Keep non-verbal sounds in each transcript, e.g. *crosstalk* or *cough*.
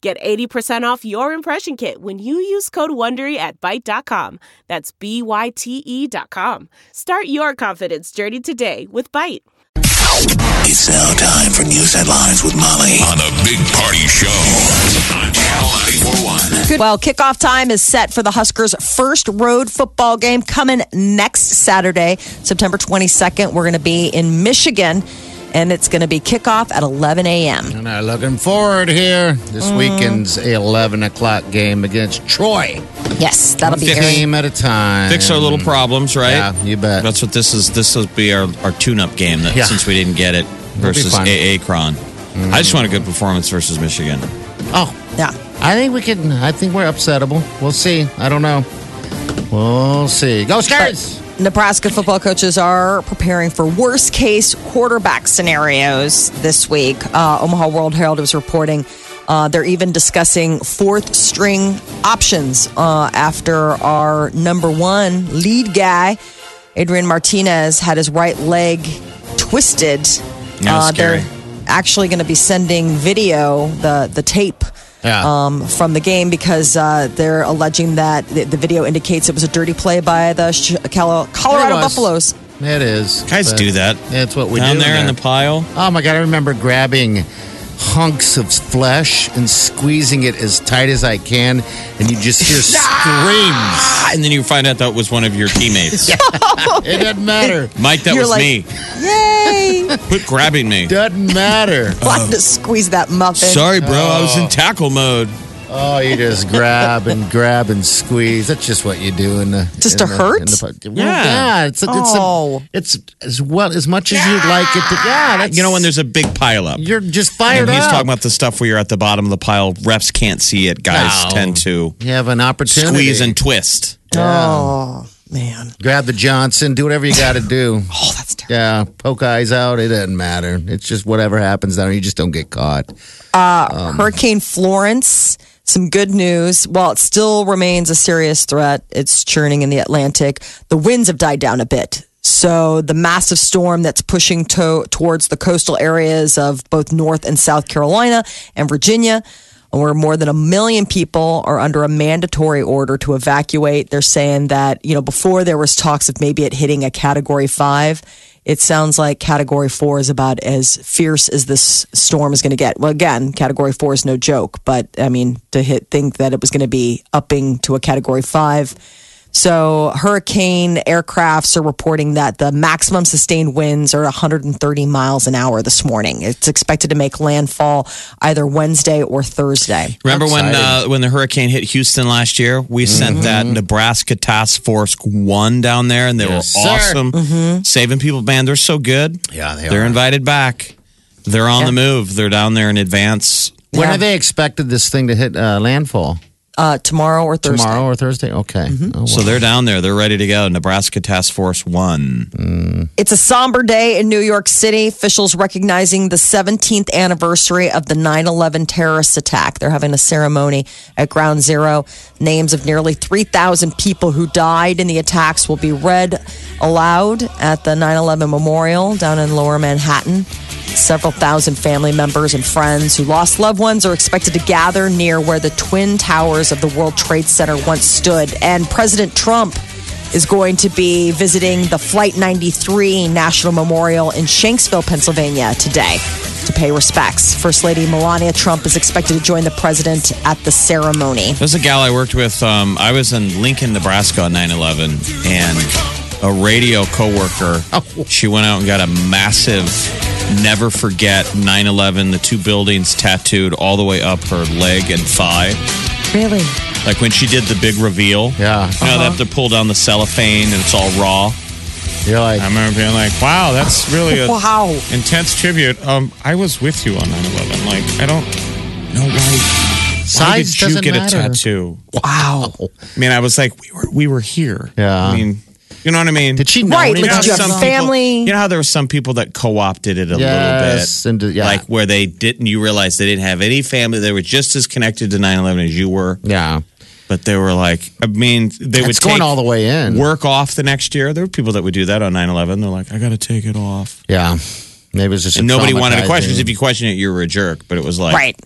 Get 80% off your impression kit when you use code WONDERY at Byte.com. That's B-Y-T-E E dot com. Start your confidence journey today with Byte. It's now time for news headlines with Molly on the Big Party Show on Channel 941. Good. Well, kickoff time is set for the Huskers' first road football game coming next Saturday, September 22nd. We're going to be in Michigan, and it's going to be kickoff at 11 a.m. And I'm looking forward here. This Mm. weekend's 11 o'clock game against Troy. Yes, that'll be One airing. game at a time. fix our little problems, right? Yeah, you bet. That's what this is. This will be our, our tune-up game that Yeah. since we didn't get it be Mm. versus fun. AA Cron. I just want a good performance versus Michigan. Oh, Yeah. I think we can. I think we're upsettable. We'll see. I don't know. We'll see. Go Stars! Nebraska football coaches are preparing for worst case quarterback scenarios this week. Uh, Omaha World Herald was reporting. Uh, they're even discussing fourth string options uh, after our number one lead guy, Adrian Martinez, had his right leg twisted. Uh, Yeah, that's they're scary. actually going to be sending video, the, the tape Yeah. um, from the game because uh, they're alleging that the, the video indicates it was a dirty play by the Ch- Colo- Colorado It was. Buffaloes. It is. Guys But do that. That's what we Down do there in the pile. Oh my god, I remember grabbing hunks of flesh and squeezing it as tight as I can, and you just *laughs* hear screams. And then you find out that was one of your *laughs* teammates. It doesn't matter. Mike, that You're was like- me. *laughs* Yay! Quit grabbing me. Doesn't matter. Wanted to squeeze that muffin. Sorry, bro. I was in tackle mode. Oh, you just grab and grab and squeeze. That's just what you do in the Just to in the- hurt? in the- well, Yeah. yeah. It's a, it's, a- Oh. it's as well as much as you'd like it to. Yeah, that's, You know when there's a big pile up. you're just fired and he's up. talking about the stuff where you're at the bottom of the pile. Refs can't see it. Guys No. tend to you have an opportunity. squeeze and twist. Oh man! grab the Johnson. Do whatever you got to *laughs* do. Oh, that's terrible. Yeah, poke eyes out. It doesn't matter. It's just whatever happens down there. You just don't get caught. Hurricane Florence. Some good news. While it still remains a serious threat, it's churning in the Atlantic. The winds have died down a bit. So the massive storm that's pushing to- towards the coastal areas of both North and South Carolina and Virginia, where more than a million people are under a mandatory order to evacuate. They're saying that, you know, before there was talks of maybe it hitting a category five. It sounds like category four is about as fierce as this storm is going to get. Well, again, category four is no joke, but I mean, to hit, think that it was going to be upping to a category five. So, hurricane aircrafts are reporting that the maximum sustained winds are 130 miles an hour this morning. It's expected to make landfall either Wednesday or Thursday. Remember when uh, when the hurricane hit Houston last year? We Mm-hmm. sent that Nebraska Task Force One down there, and they Yes, were sir. Mm-hmm. awesome, saving people. Man, they're so good. Yeah, they are are. invited back. They're on the move. They're down there in advance. When Yeah. are they expected this thing to hit uh, landfall? Uh, tomorrow or Thursday. Mm-hmm. Tomorrow or Thursday? Okay. Oh, wow. So they're down there. They're ready to go. Nebraska Task Force One. It's a somber day in New York City. Officials recognizing the 17th anniversary of the 9 11 terrorist attack. They're having a ceremony at Ground Zero. Names of nearly 3,000 people who died in the attacks will be read aloud at the 9 11 memorial down in lower Manhattan. Several thousand family members and friends who lost loved ones are expected to gather near where the twin towers of the World Trade Center once stood. And President Trump is going to be visiting the Flight 93 National Memorial in Shanksville, Pennsylvania today to pay respects. First Lady Melania Trump is expected to join the president at the ceremony. There's a gal I worked with. Um, I was in Lincoln, Nebraska on 9 11, and a radio *laughs* coworker, Oh. she went out and got a massive, never forget 9 11, the two buildings tattooed all the way up her leg and thigh. Really? Like when she did the big reveal. Yeah. Uh-huh. You know, they have to pull down the cellophane and it's all raw. You're like, I remember being like, wow, that's really *laughs* a Wow. intense tribute. Um, I was with you on 9 11. Like, I don't know why Why Size did you doesn't get matter. a tattoo? Wow. I mean, I was like, we were, we were here. Yeah. I mean, you know what I mean? Did she know? Right, anything? like, did you have some family? People, you know how there were some people that co-opted it a Yes, little and, bit, uh, yeah. like where they didn't. You realize they didn't have any family. They were just as connected to 9/11 as you were, Yeah. but they were like, I mean, they would It's going take all the way in. work off the next year. There were people that would do that on 9/11. They're like, I got to take it off, Yeah. Maybe it's just and a nobody wanted to traumatizing- question. 'cause If you question it, you were a jerk. But it was like, Right.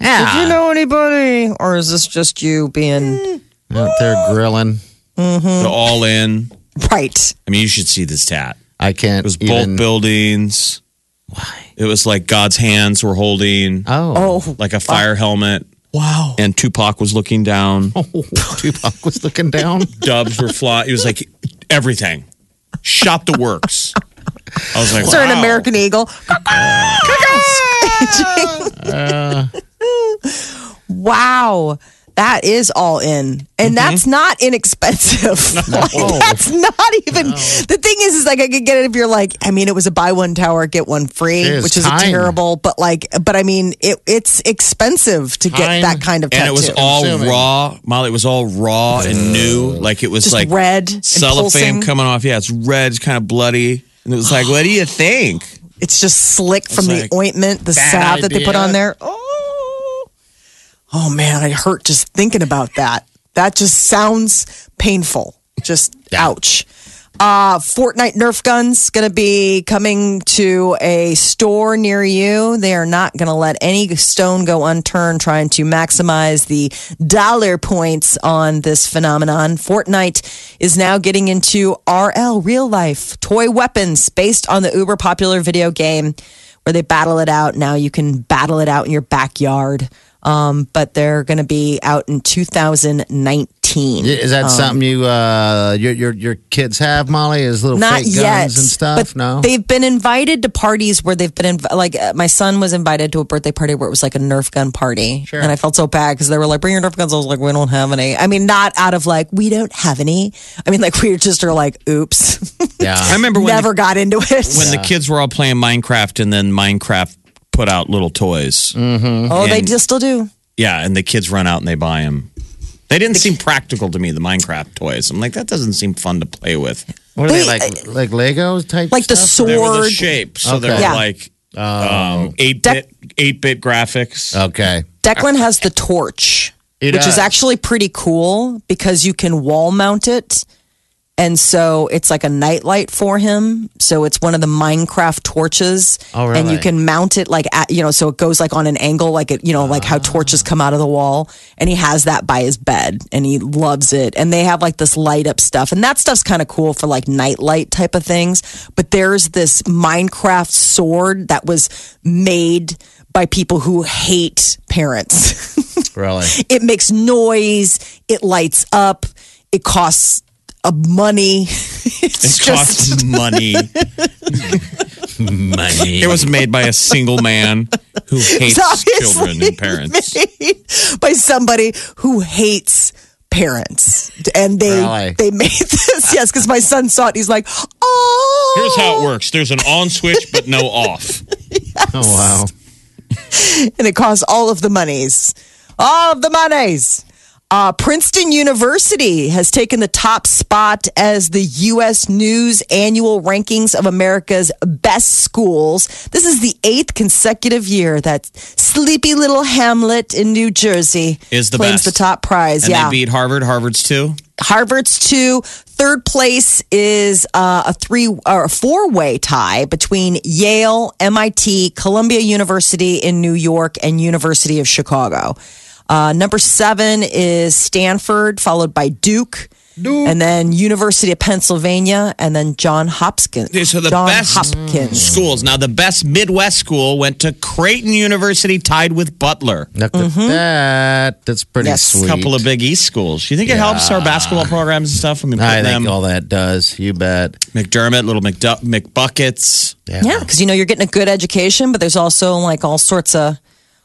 Yeah. Did you know anybody? Or is this just you being Out there grilling. the all in. right? I mean, you should see this tat. I can't. It was even- both buildings. Why? It was like God's hands were holding Oh. Oh, like a fire helmet, wow. and Tupac was looking down. Oh. *laughs* Tupac was looking down. Dubs were flying. It was like everything. Shot the works. I was like, Is there an wow. American Eagle? Screeching. *laughs* wow. That is all in. Mm-hmm. And that's not inexpensive. *laughs* Like, that's not even the thing is is like I could get it if you're like, I mean, it was a buy one tower, get one free, It is which is time. terrible, but like but I mean it it's expensive to Time. get that kind of And tattoo. it was all Consuming. raw, Molly. It was all raw and new. Like it was Just like red and cellophane pulsing. coming off. Yeah, it's red, it's kind of bloody. And it was like, what do you think? It's just slick from the like, ointment, the bad salve that they put idea. on there. Oh, oh man, I hurt just thinking about that. That just sounds painful. Just ouch. Uh, Fortnite Nerf guns going to be coming to a store near you. They are not going to let any stone go unturned trying to maximize the dollar points on this phenomenon. Fortnite is now getting into RL, real life, toy weapons based on the uber popular video game where they battle it out. Now you can battle it out in your backyard. Um, but they're going to be out in 2019. Is that something you uh, your, your your kids have, Molly? Is little not fake yet guns and stuff? But no. they've been invited to parties where they've been inv- like uh, my son was invited to a birthday party where it was like a Nerf gun party, sure. and I felt so bad because they were like, "Bring your Nerf guns." I was like, "We don't have any." I mean, not out of like we don't have any. I mean, like *laughs* we just are like, "Oops, I yeah. remember when the *laughs* never got into it." when the kids were all playing Minecraft and then Minecraft put out little toys. oh, they and- just still do. Yeah, and the kids run out and they buy them. They didn't seem practical to me, the Minecraft toys. I'm like, that doesn't seem fun to play with. What are they, They- like? Like Legos type? Like the stuff? They were the sword, shape, so Okay. they were Yeah. like um, eight Dec- bit eight bit graphics. Okay. Declan has the torch, He which does. is actually pretty cool because you can wall mount it. And so it's like a nightlight for him. So it's one of the Minecraft torches. Oh, And you really? can mount it like, at, you know, so it goes like on an angle, like it, you know, like how Ah. torches come out of the wall. And he has that by his bed and he loves it. And they have like this light up stuff. And that stuff's kind of cool for like nightlight type of things. But there's this Minecraft sword that was made by people who hate parents. *laughs* Really? it makes noise it lights up it costs uh, money *laughs* It it's just cost money. Money. It was made by a single man who hates obviously children and parents. made *laughs* by somebody who hates parents and they Really? they made *laughs* this yes because my son saw it he's like oh *laughs* Here's how it works. There's an on switch but no off. Oh wow. and it costs all of the monies. All of the monies. Uh, Princeton University has taken the top spot as the U.S. News annual rankings of America's best schools. This is the eighth consecutive year that sleepy little Hamlet in New Jersey Is the claims best. the top prize. And yeah, they beat Harvard, Harvard's too. Harvard's two. Third place is uh, a three or a four way tie between Yale, MIT, Columbia University in New York, and University of Chicago. Uh, number seven is Stanford, followed by Duke, and then University of Pennsylvania, and then John Hopkins. So the John best Hopkins. schools. Now the best Midwest school went to Creighton University tied with Butler. Look at that. That's pretty Mm-hmm. Yes. sweet. couple of Big East schools. You think it helps our basketball programs and stuff? I mean, I putting think them all that does. You bet. McDermott, little McDu- McBuckets. Mm. Yeah, because you know you're getting a good education, but there's also like all sorts of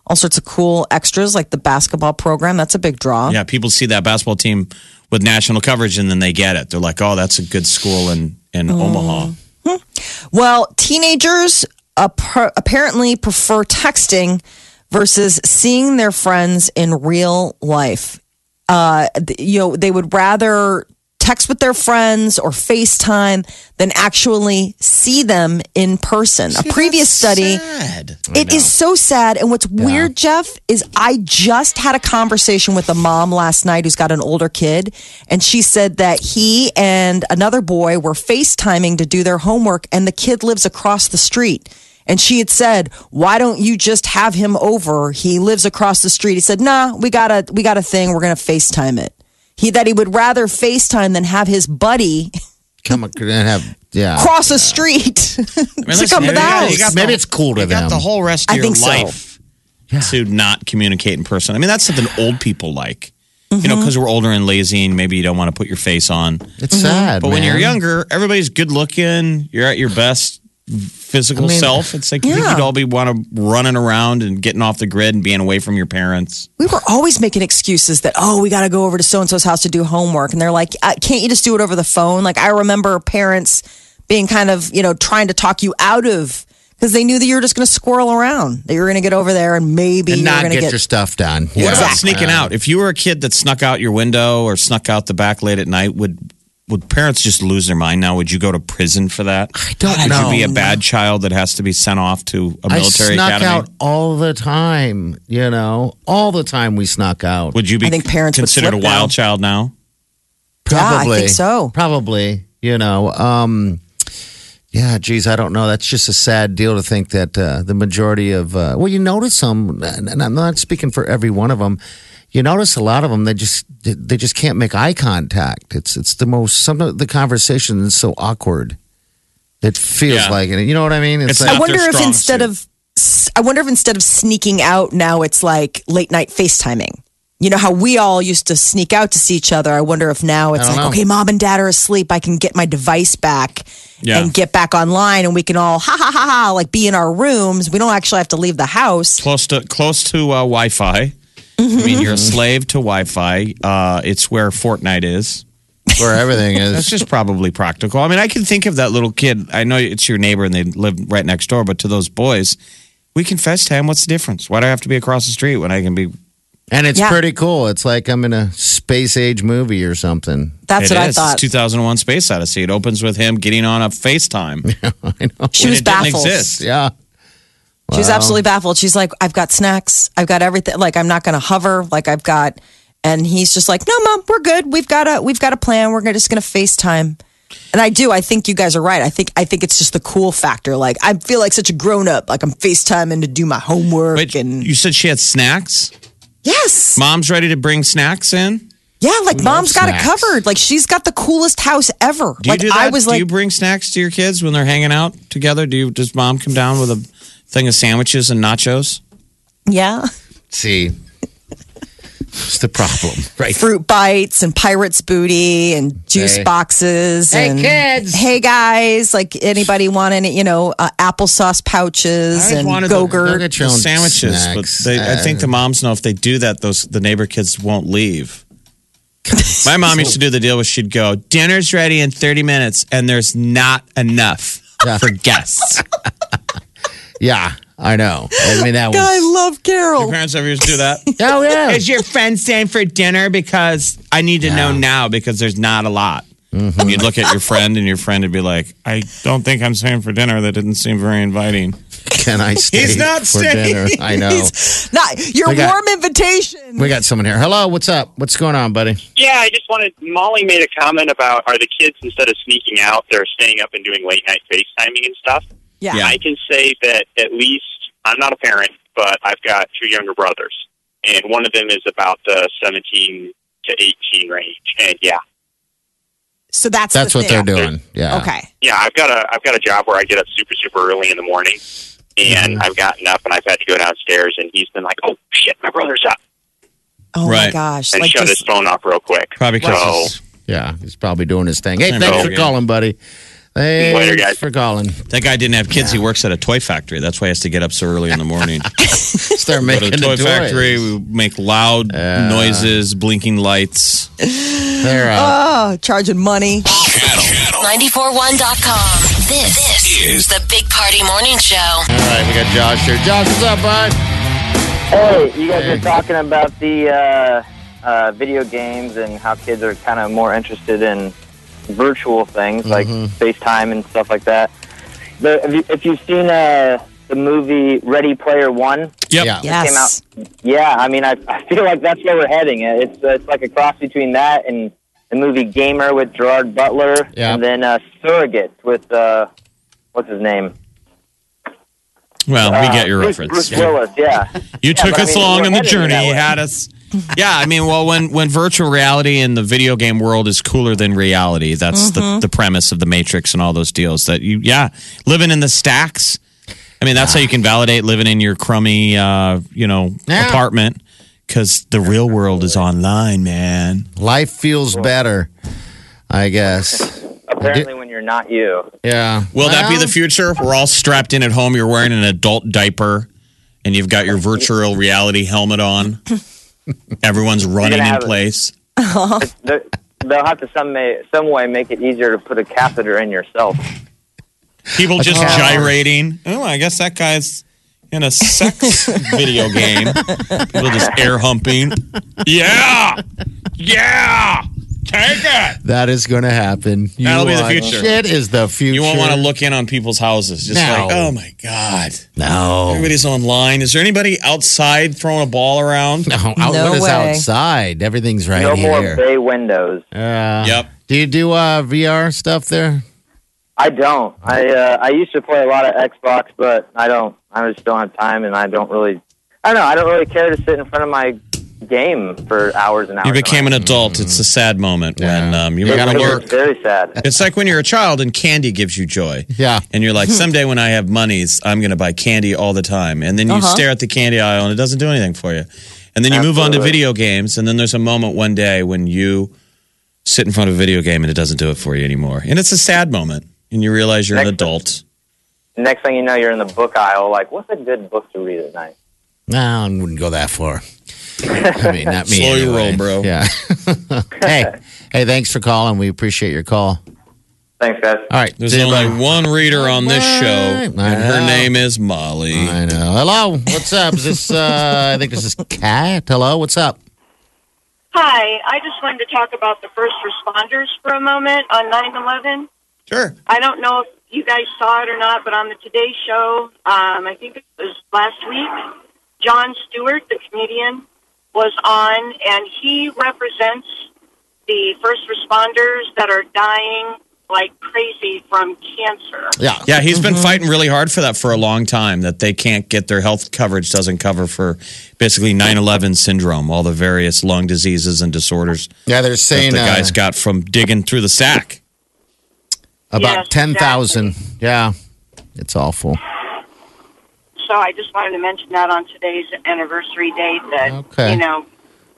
all sorts of cool extras, like the basketball program. That's a big draw. Yeah, people see that basketball team with national coverage and then they get it. They're like, oh, that's a good school in, in Oh. Omaha. Well, teenagers appar- apparently prefer texting versus seeing their friends in real life. Uh, th- you know, they would rather text with their friends or FaceTime than actually see them in person. A previous study. Sad. It is so sad. And what's weird, Jeff, is I just had a conversation with a mom last night who's got an older kid. And she said that he and another boy were FaceTiming to do their homework, and the kid lives across the street. And she had said, "Why don't you just have him over? He lives across the street." He said, "Nah, we got a we got a thing. We're gonna FaceTime it." He that he would rather FaceTime than have his buddy *laughs* Come ac- and have yeah. cross a street *laughs* to listen, come to you the got- house. you got Maybe it's cool to you them. got the whole rest of I your think so. life to not communicate in person. I mean, that's something old people like. You Mm-hmm. know, because we're older and lazy, and maybe you don't want to put your face on. It's sad. But when man. you're younger, everybody's good looking. You're at your best physical I mean, self. It's like you think yeah. you'd all be want to running around and getting off the grid and being away from your parents. we were always making excuses that oh we got to go over to so and so's house to do homework and they're like uh, can't you just do it over the phone like i remember parents being kind of you know trying to talk you out of because they knew that you were just going to squirrel around that you were going to get over there and maybe and you were not going to get, get, your stuff done. What about sneaking out? If you were a kid that snuck out your window or snuck out the back late at night, would would parents just lose their mind now? Would you go to prison for that? I don't would know. you be a bad child that has to be sent off to a I military snuck academy? out all the time. You know, all the time we snuck out. Would you be I think parents would considered a flip wild now. child now? Yeah, I think so. Probably. You know. Um, yeah, geez, I don't know. That's just a sad deal to think that uh, the majority of uh, well, you notice them, and I'm not speaking for every one of them. You notice a lot of them. They just they just can't make eye contact. It's it's the most some of the conversation is so awkward. It feels Yeah. like it. You know what I mean? It's like, i not wonder their if strong instead suit. of s- i wonder if instead of sneaking out now it's like late night facetiming you know how we all used to sneak out to see each other i wonder if now it's don't like know. okay mom and dad are asleep i can get my device back Yeah. and get back online and we can all ha ha ha ha like be in our rooms we don't actually have to leave the house close to close to uh, Wi-Fi. I mean, you're a slave to Wi-Fi. Uh, it's where Fortnite is. where everything is. *laughs* That's just probably practical. I mean, I can think of that little kid. I know it's your neighbor and they live right next door, but to those boys, we can FaceTime. What's the difference? Why do I have to be across the street when I can be? And it's Yeah. pretty cool. It's like I'm in a space age movie or something. that's It what is. i thought It's 2001 Space Odyssey. It opens with him getting on a FaceTime. I know. she when was it didn't baffled exist. Yeah. She was absolutely baffled. She's like, I've got snacks. I've got everything. Like, I'm not going to hover. Like, I've got. And he's just like, No, mom, we're good. We've got a we've got a plan. We're gonna- just going to FaceTime. And I do. I think you guys are right. I think I think it's just the cool factor. Like, I feel like such a grown up. Like, I'm FaceTiming to do my homework. Wait, and you said she had snacks. yes, Mom's ready to bring snacks in. yeah. Like, mom's got it snacks. covered. Like, she's got the coolest house ever. Do you like, do that? I was do like, you bring snacks to your kids when they're hanging out together? Do you? Does mom come down with a thing of sandwiches and nachos? Yeah, See, it's the problem, right? fruit bites and pirates booty and juice Hey. boxes. Hey, and, kids. Hey guys! Like anybody want any? You know, uh, applesauce pouches and Go gogurt. get your the own sandwiches, snacks. but they, I Uh, think the moms know if they do that, those the neighbor kids won't *laughs* leave. My mom used to do the deal where she'd go, "Dinner's ready in thirty minutes, and there's not enough Yeah. for guests." Yeah, I know. I mean, that I was. love Carol. Parents ever used to do that. *laughs* Oh, yeah. Is your friend staying for dinner? Because I need to know now because there's not a lot. Mm-hmm. And you'd look at your friend, and your friend would be like, "I don't think I'm staying for dinner. That didn't seem very inviting." Can I stay? He's not for staying. Dinner? I know. Not your We got- warm invitation. We got someone here. Hello, what's up? What's going on, buddy? Yeah, I just wanted. Molly made a comment about are the kids instead of sneaking out, they're staying up and doing late night FaceTiming and stuff. Yeah. Yeah. I can say that at least I'm not a parent, but I've got two younger brothers, and one of them is about the 17 to 18 range. And yeah, So that's That's the what they're thing. doing. Yeah. Okay. yeah, I've got a I've got a job where I get up super super early in the morning, and I've gotten up and I've had to go downstairs, and he's been like, "Oh shit, my brother's up," Oh my Right. gosh! and Like shut just his phone off real quick. Probably so, because Yeah, he's probably doing his thing. Hey, Same thanks problem for again. calling, buddy. Thanks Later, guys. *laughs* for calling. that guy didn't have kids. He works at a toy factory. That's why he has to get up so early in *laughs* the morning. Start go to making the toy the toys. factory. We make loud noises, blinking lights. They're up. oh, charging money. Channel 941.com. This, this is the Big Party Morning Show. All right, we got Josh here. Josh, what's up, bud? Hey, you guys are talking about the uh, uh, video games and how kids are kind of more interested in virtual things like FaceTime and stuff like that. But if, you, if you've seen uh, the movie Ready Player One, Yep. Yeah. came out. Yes. Yeah, I mean, I, I feel like that's where we're heading. It's uh, it's like a cross between that and the movie Gamer with Gerard Butler, Yeah. and then uh, Surrogate with uh, what's his name? Well, we Oh, get your Uh, Bruce- reference. Bruce Willis. *laughs* Yeah. You Yeah, took but I us mean, along we're on the headed journey. that You way. had us. *laughs* Yeah, I mean, well, when when virtual reality in the video game world is cooler than reality, that's the, the premise of the Matrix and all those deals. That you, yeah, living in the stacks. I mean, that's how you can validate living in your crummy, uh, you know, Yeah. apartment because the real world is online, man. Life feels better, I guess. Apparently, when you're not you. Yeah. Will that be Well, the future? We're all strapped in at home. You're wearing an adult diaper, and you've got your virtual reality helmet *laughs* on. Everyone's running in have it. place. They're- They'll have to some may, some way make it easier to put a catheter in yourself. People just cat. gyrating. Oh, I guess that guy's in a sex *laughs* video game. People just air humping. Yeah. Yeah. Take it. That is going to happen. You That'll be the are- future. It is the future. You won't want to look in on people's houses. Just No. like, oh my God. No. Everybody's online. Is there anybody outside throwing a ball around? No, outlet is way. outside. Everything's right No more here. bay windows. Yeah. Yep. Do you do uh, VR stuff there? I don't. I uh, I used to play a lot of Xbox, but I don't. I just don't have time, and I don't really. I don't know. I don't really care to sit in front of my game for hours and hours. You became an adult. It's a sad moment when Yeah. um, you You got gotta to It was work. Very sad. It's like when you're a child and candy gives you joy. Yeah. And you're Hmm. like, someday when I have monies, I'm going to buy candy all the time. And then you Uh-huh. stare at the candy aisle and it doesn't do anything for you. And then you move on to Absolutely. video games. And then there's a moment one day when you sit in front of a video game and it doesn't do it for you anymore. And it's a sad moment. And you realize you're an Next- adult. Next thing you know, you're in the book aisle. Like, what's a good book to read at night? No, I wouldn't go that far. I mean, not me. *laughs* Slow your anyway. roll, bro. Yeah. *laughs* hey, hey, thanks for calling. We appreciate your call. Thanks, guys. All right. There's see you, only bud. one reader on this show, and I her know. name is Molly. I know. Hello. What's up? Is this? Uh, I think this is Kat. Hello. What's up? Hi, I just wanted to talk about the first responders for a moment on 9 11. Sure. I don't know if you guys saw it or not, but on the Today Show, um, I think it was last week, John Stewart, the comedian, was on, and he represents the first responders that are dying like crazy from cancer. Yeah. Yeah, he's Mm-hmm. been fighting really hard for that for a long time that they can't get their health coverage doesn't cover for basically 9/11 syndrome, all the various lung diseases and disorders Yeah. They're that saying the uh, guys got from digging through the sack. about Yes, ten thousand. Yeah. It's awful. So I just wanted to mention that on today's anniversary date that, Okay. you know,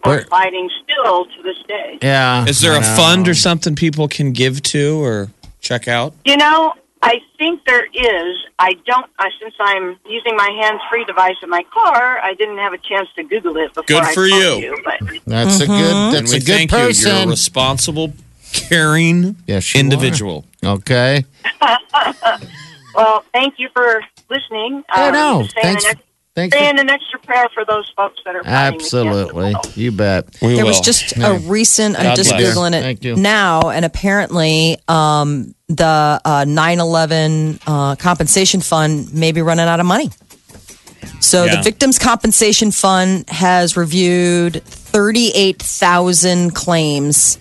Where- we're fighting still to this day. Yeah. Is there I a know. fund or something people can give to or check out? You know, I think there is. I don't, uh, since I'm using my hands free device in my car, I didn't have a chance to Google it before. Good I for called you. but That's Mm-hmm. a good. And That's we a good thank you. You're a person. responsible, caring Yes, you individual. okay. well, thank you for listening. I Uh, Um, know. saying Oh, Thanks. An ex- thanks. for- saying an extra prayer for those folks that are fighting the Absolutely. cancer. You bet. We There was will. just a recent. I'm God just bless. googling it Thank you. now, and apparently, um, the uh, 9/11 uh, compensation fund may be running out of money. So Yeah. the Victims Compensation Fund has reviewed 38,000 claims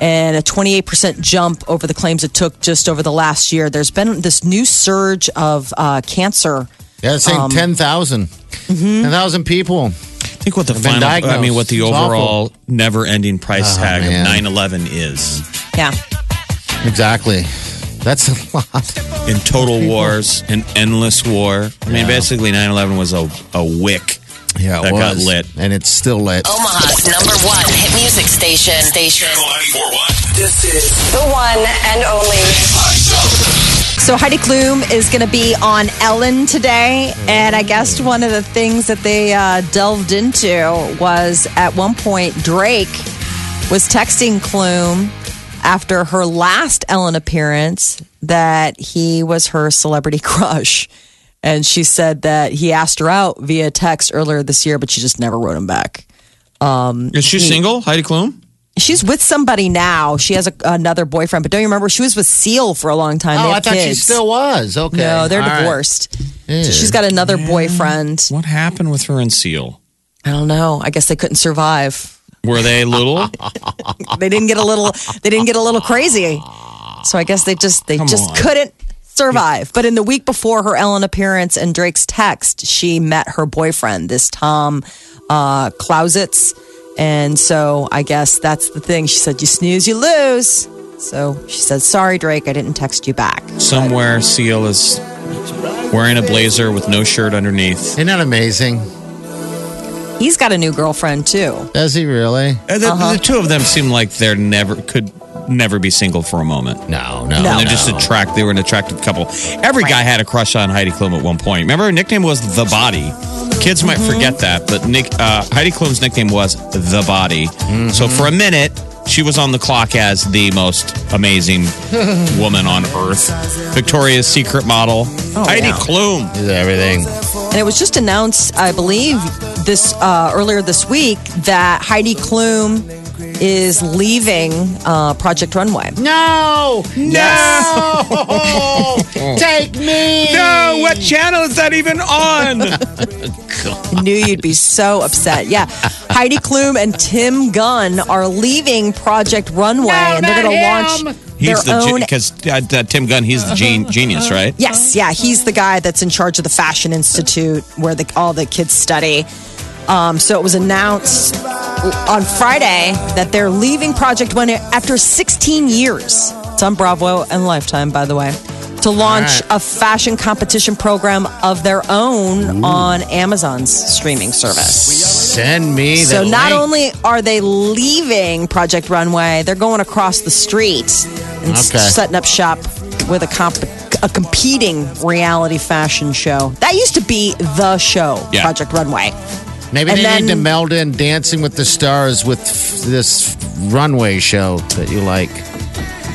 and a 28% jump over the claims it took just over the last year. There's been this new surge of uh, cancer. Yeah, it's saying Um, ten thousand. mm-hmm. Ten thousand people. I think what the been final, I mean, what the diagnosed. It's overall never-ending price tag man. of 9/11 is Yeah. Exactly. That's a lot. in total wars, an endless war. I mean, basically, 9/11 was a, a wick. Yeah, it That got was. lit. and it's still lit. Oh, Omaha's number one hit music station. Station. Channel 941. This is The one and only. So Heidi Klum is going to be on Ellen today, and I guess one of the things that they uh, delved into was at one point Drake was texting Klum after her last Ellen appearance that he was her celebrity *laughs* crush. And she said that he asked her out via text earlier this year, but she just never wrote him back. Um, Is she single, Heidi Klum? She's with somebody now. She has a, another boyfriend, but don't you remember she was with Seal for a long time? They Oh, I have thought she kids. still was. Okay. No, they're All right. divorced. Ew. So she's got another boyfriend. What happened with her and Seal? I don't know. I guess they couldn't survive. Were they *laughs* little? They didn't get a little. They didn't get a little crazy. So I guess they just they Come just on. couldn't survive. But in the week before her Ellen appearance and Drake's text, she met her boyfriend, this Tom uh, Clausitz. And so I guess that's the thing. She said, "You snooze, you lose." So she said, "Sorry, Drake, I didn't text you back." Somewhere, Seal is wearing a blazer with no shirt underneath. Isn't that amazing? He's got a new girlfriend too. Does he really? Uh, The, the two of them seem like they're never could never be single for a moment. No, no. And they're just attract. They were an attractive couple. Every guy had a crush on Heidi Klum at one point. Remember, her nickname was the Body. Kids might forget that, but Nick uh, Heidi Klum's nickname was the Body. So for a minute, she was on the clock as the most amazing woman on earth, Victoria's Secret model, Heidi yeah. Klum. Is everything. And it was just announced, I believe, this uh, earlier this week that Heidi Klum is leaving uh, Project Runway. No! No! *laughs* Take me! No, what channel is that *laughs* even on? I knew you'd be so upset. *laughs* Yeah, Heidi Klum and Tim Gunn are leaving Project Runway, and they're going to launch their He's the own. Uh-huh. because uh, uh, Tim Gunn, he's the gen- genius, right? yes, yeah, he's the guy that's in charge of the Fashion Institute where the, all the kids study. Um, so it was announced on Friday that they're leaving Project One after 16 years. It's on Bravo and Lifetime, by the way, to launch right. a fashion competition program of their own on Amazon's streaming service. Send me So the not link. only are they leaving Project Runway, they're going across the street and s- Okay. setting up shop with a comp- a competing reality fashion show. That used to be the show, Yeah. Project Runway. Maybe and they need to then- meld in Dancing with the Stars with f- this runway show that you like. Mm-hmm.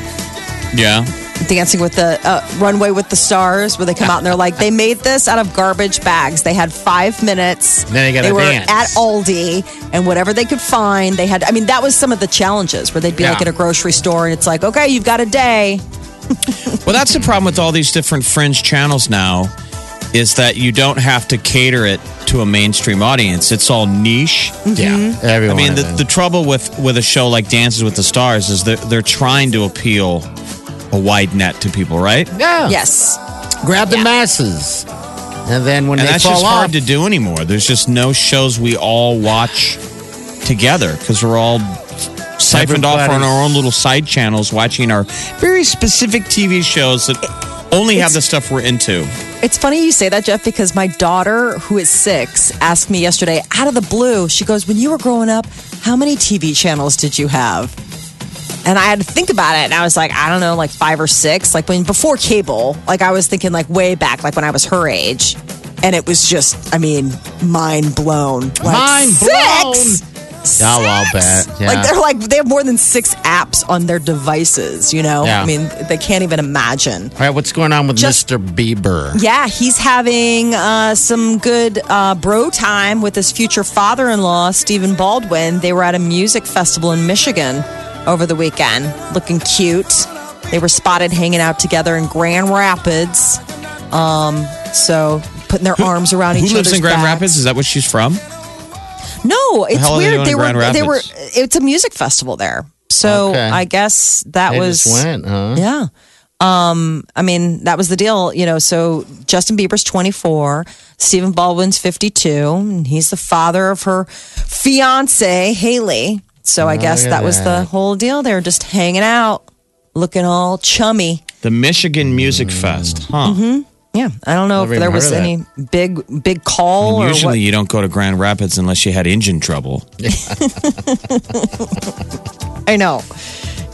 Yeah. Dancing with the uh, Runway with the Stars, where they come out and they're like, they made this out of garbage bags. They had five minutes. Then they gotta were dance. at Aldi, and whatever they could find, they had. I mean, that was some of the challenges where they'd be Yeah. like at a grocery store, and it's like, okay, you've got a day. Well, that's the problem with all these different fringe channels now is that you don't have to cater it to a mainstream audience. It's all niche. Mm-hmm. Yeah. I Everyone. mean, the, the trouble with with a show like Dances with the Stars is that they're trying to appeal a wide net to people, right? yeah. Yes. Grab the masses. And then when And they that's fall just off, hard to do anymore. There's just no shows we all watch together because we're all siphoned off on Everybody's- our own little side channels watching our very specific TV shows that only have the stuff we're into. It's funny you say that, Jeff, because my daughter, who is six, asked me yesterday out of the blue. She goes, When you were growing up, how many TV channels did you have? And I had to think about it. And I was like, I don't know, like five or six. Like when before cable, like I was thinking like way back, like when I was her age. And it was just, I mean, mind blown. Like, Mind six? Oh, I'll Six? bet. Yeah. Like they're like they have more than six apps on their devices, you know? Yeah. I mean, they can't even imagine. All right, what's going on with Just- Mr. Bieber? Yeah, he's having uh, some good uh, bro time with his future father in law, Stephen Baldwin. They were at a music festival in Michigan over the weekend, looking cute. They were spotted hanging out together in Grand Rapids. Um, so putting their arms around each Who other. lives in Grand Rapids? Is that where she's from? No, it's hell are they weird. doing They in were Grand they were Rapids? it's a music festival there. So Okay. I guess that They was just went, huh? yeah. Um, I mean, that was the deal, you know. So Justin Bieber's 24, Stephen Baldwin's 52, and he's the father of her fiance, Haley. So I guess look at that was the that. whole deal. They were just hanging out, looking all chummy. The Michigan Music Mm-hmm. Fest, huh? Yeah. I don't know Never if even there heard was of that. any big, big call or Usually, what. you don't go to Grand Rapids unless you had engine trouble. I know.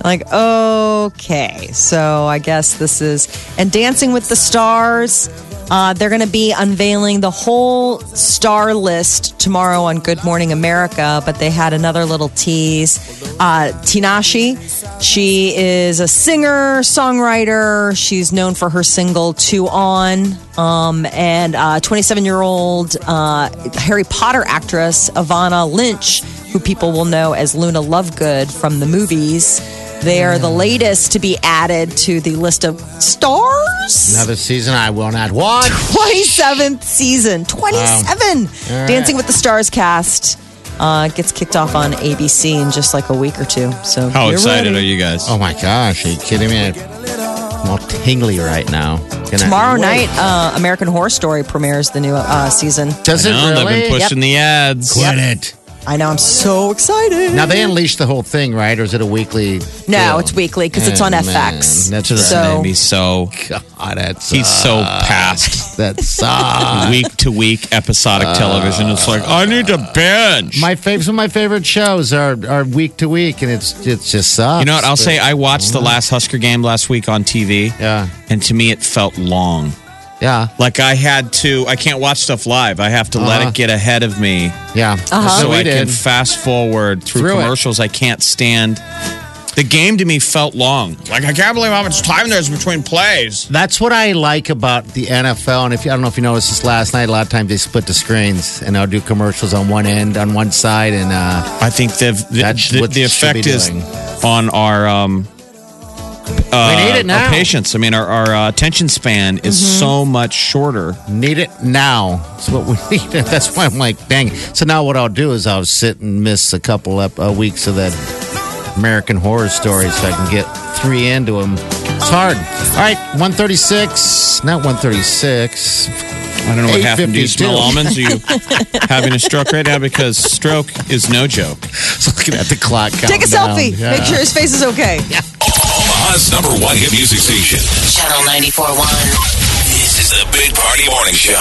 Like, okay. So I guess this is. And Dancing with the Stars. Uh, they're going to be unveiling the whole star list tomorrow on Good Morning America, but they had another little tease. Uh, Tinashi, she is a singer, songwriter. She's known for her single Two On. Um, and uh, 27 year old uh, Harry Potter actress Ivana Lynch, who people will know as Luna Lovegood from the movies. They are the latest to be added to the list of stars. Another season I will *laughs* not watch. 27th season. 27! Dancing with the Stars cast uh, gets kicked off on ABC in just like a week or two. So How get excited ready. are you guys? Oh my gosh, are you kidding me? I'm all tingly right now. Can I- Tomorrow Wait. night, uh, American Horror Story premieres the new uh, season. Does I it know, really? They've been pushing the ads. Quit it. I know, I'm so excited. Now they unleash the whole thing, right? Or is it a weekly? no, deal? it's weekly because it's Oh, on man. FX. That's right. so, Made me so God, that's he's so past that sucks. *laughs* week to week episodic television. It's like I need to binge. *laughs* my fav- some of my favorite shows are are week to week, and it's it's just sucks. you know what? I'll but- say I watched the last Husker game last week on TV. Yeah. and to me it felt long. Yeah, Like I had to. I can't watch stuff live. I have to let Uh-huh. it get ahead of me yeah. Uh-huh. So so we I can did. fast forward through, Through it. commercials. I can't stand. The game to me felt long. Like I can't believe how much time there's between plays. That's what I like about the NFL. And if you, I don't know if you noticed this last night, a lot of times they split the screens and they'll do commercials on one end, on one side, and uh, I think they've, the, That's the, what the should be effect is doing. on our um, uh, we need it now. Mm-hmm. our patience. I mean, our, our uh, attention span is so much shorter. Need it now. That's what we *laughs* need. That's why I'm like, dang. So now what I'll do is I'll sit and miss a couple up, uh, weeks of that American Horror Story so I can get three into them. It's hard. All right, 136. Not *laughs* 136. I don't know what happened. Do you 8:52. smell almonds? Are you *laughs* having a stroke right now? Because stroke is no joke. Looking at the clock. take a counting down. selfie. Yeah. Make sure his face is *laughs* okay. Omaha's number one hit music station. Channel 94.1. This is the Big Party Morning Show.